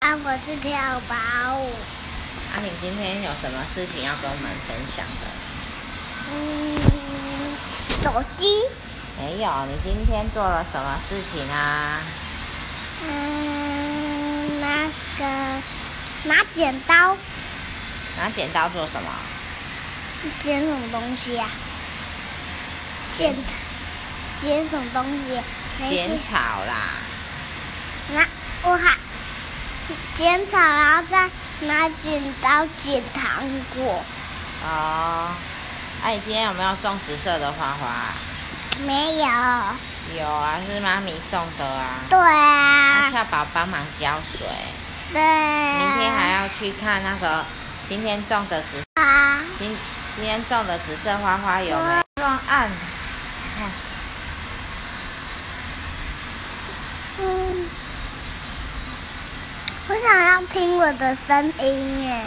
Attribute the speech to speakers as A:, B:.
A: 家，我是跳宝。
B: 啊，你今天有什么事情要跟我们分享的？
A: 嗯，手机，
B: 没有，你今天做了什么事情啊？
A: 嗯，那个拿剪刀
B: 拿剪刀做什么？
A: 剪什么东西呀、剪剪什么东西？没事
B: 剪，草啦。
A: 拿我还剪草，然后再拿剪刀剪糖果。
B: 哦，啊，你今天有没有种紫色的花花啊？
A: 没有，
B: 有啊，是妈咪种的啊。
A: 对
B: 啊，
A: 啊，
B: 俏宝帮忙浇水。
A: 对
B: 明
A: 啊。
B: 天还要去看那个今天种的紫，
A: 啊，
B: 今今天种的紫色花花有没有撞暗？
A: 嗯，我想要听我的声音哎。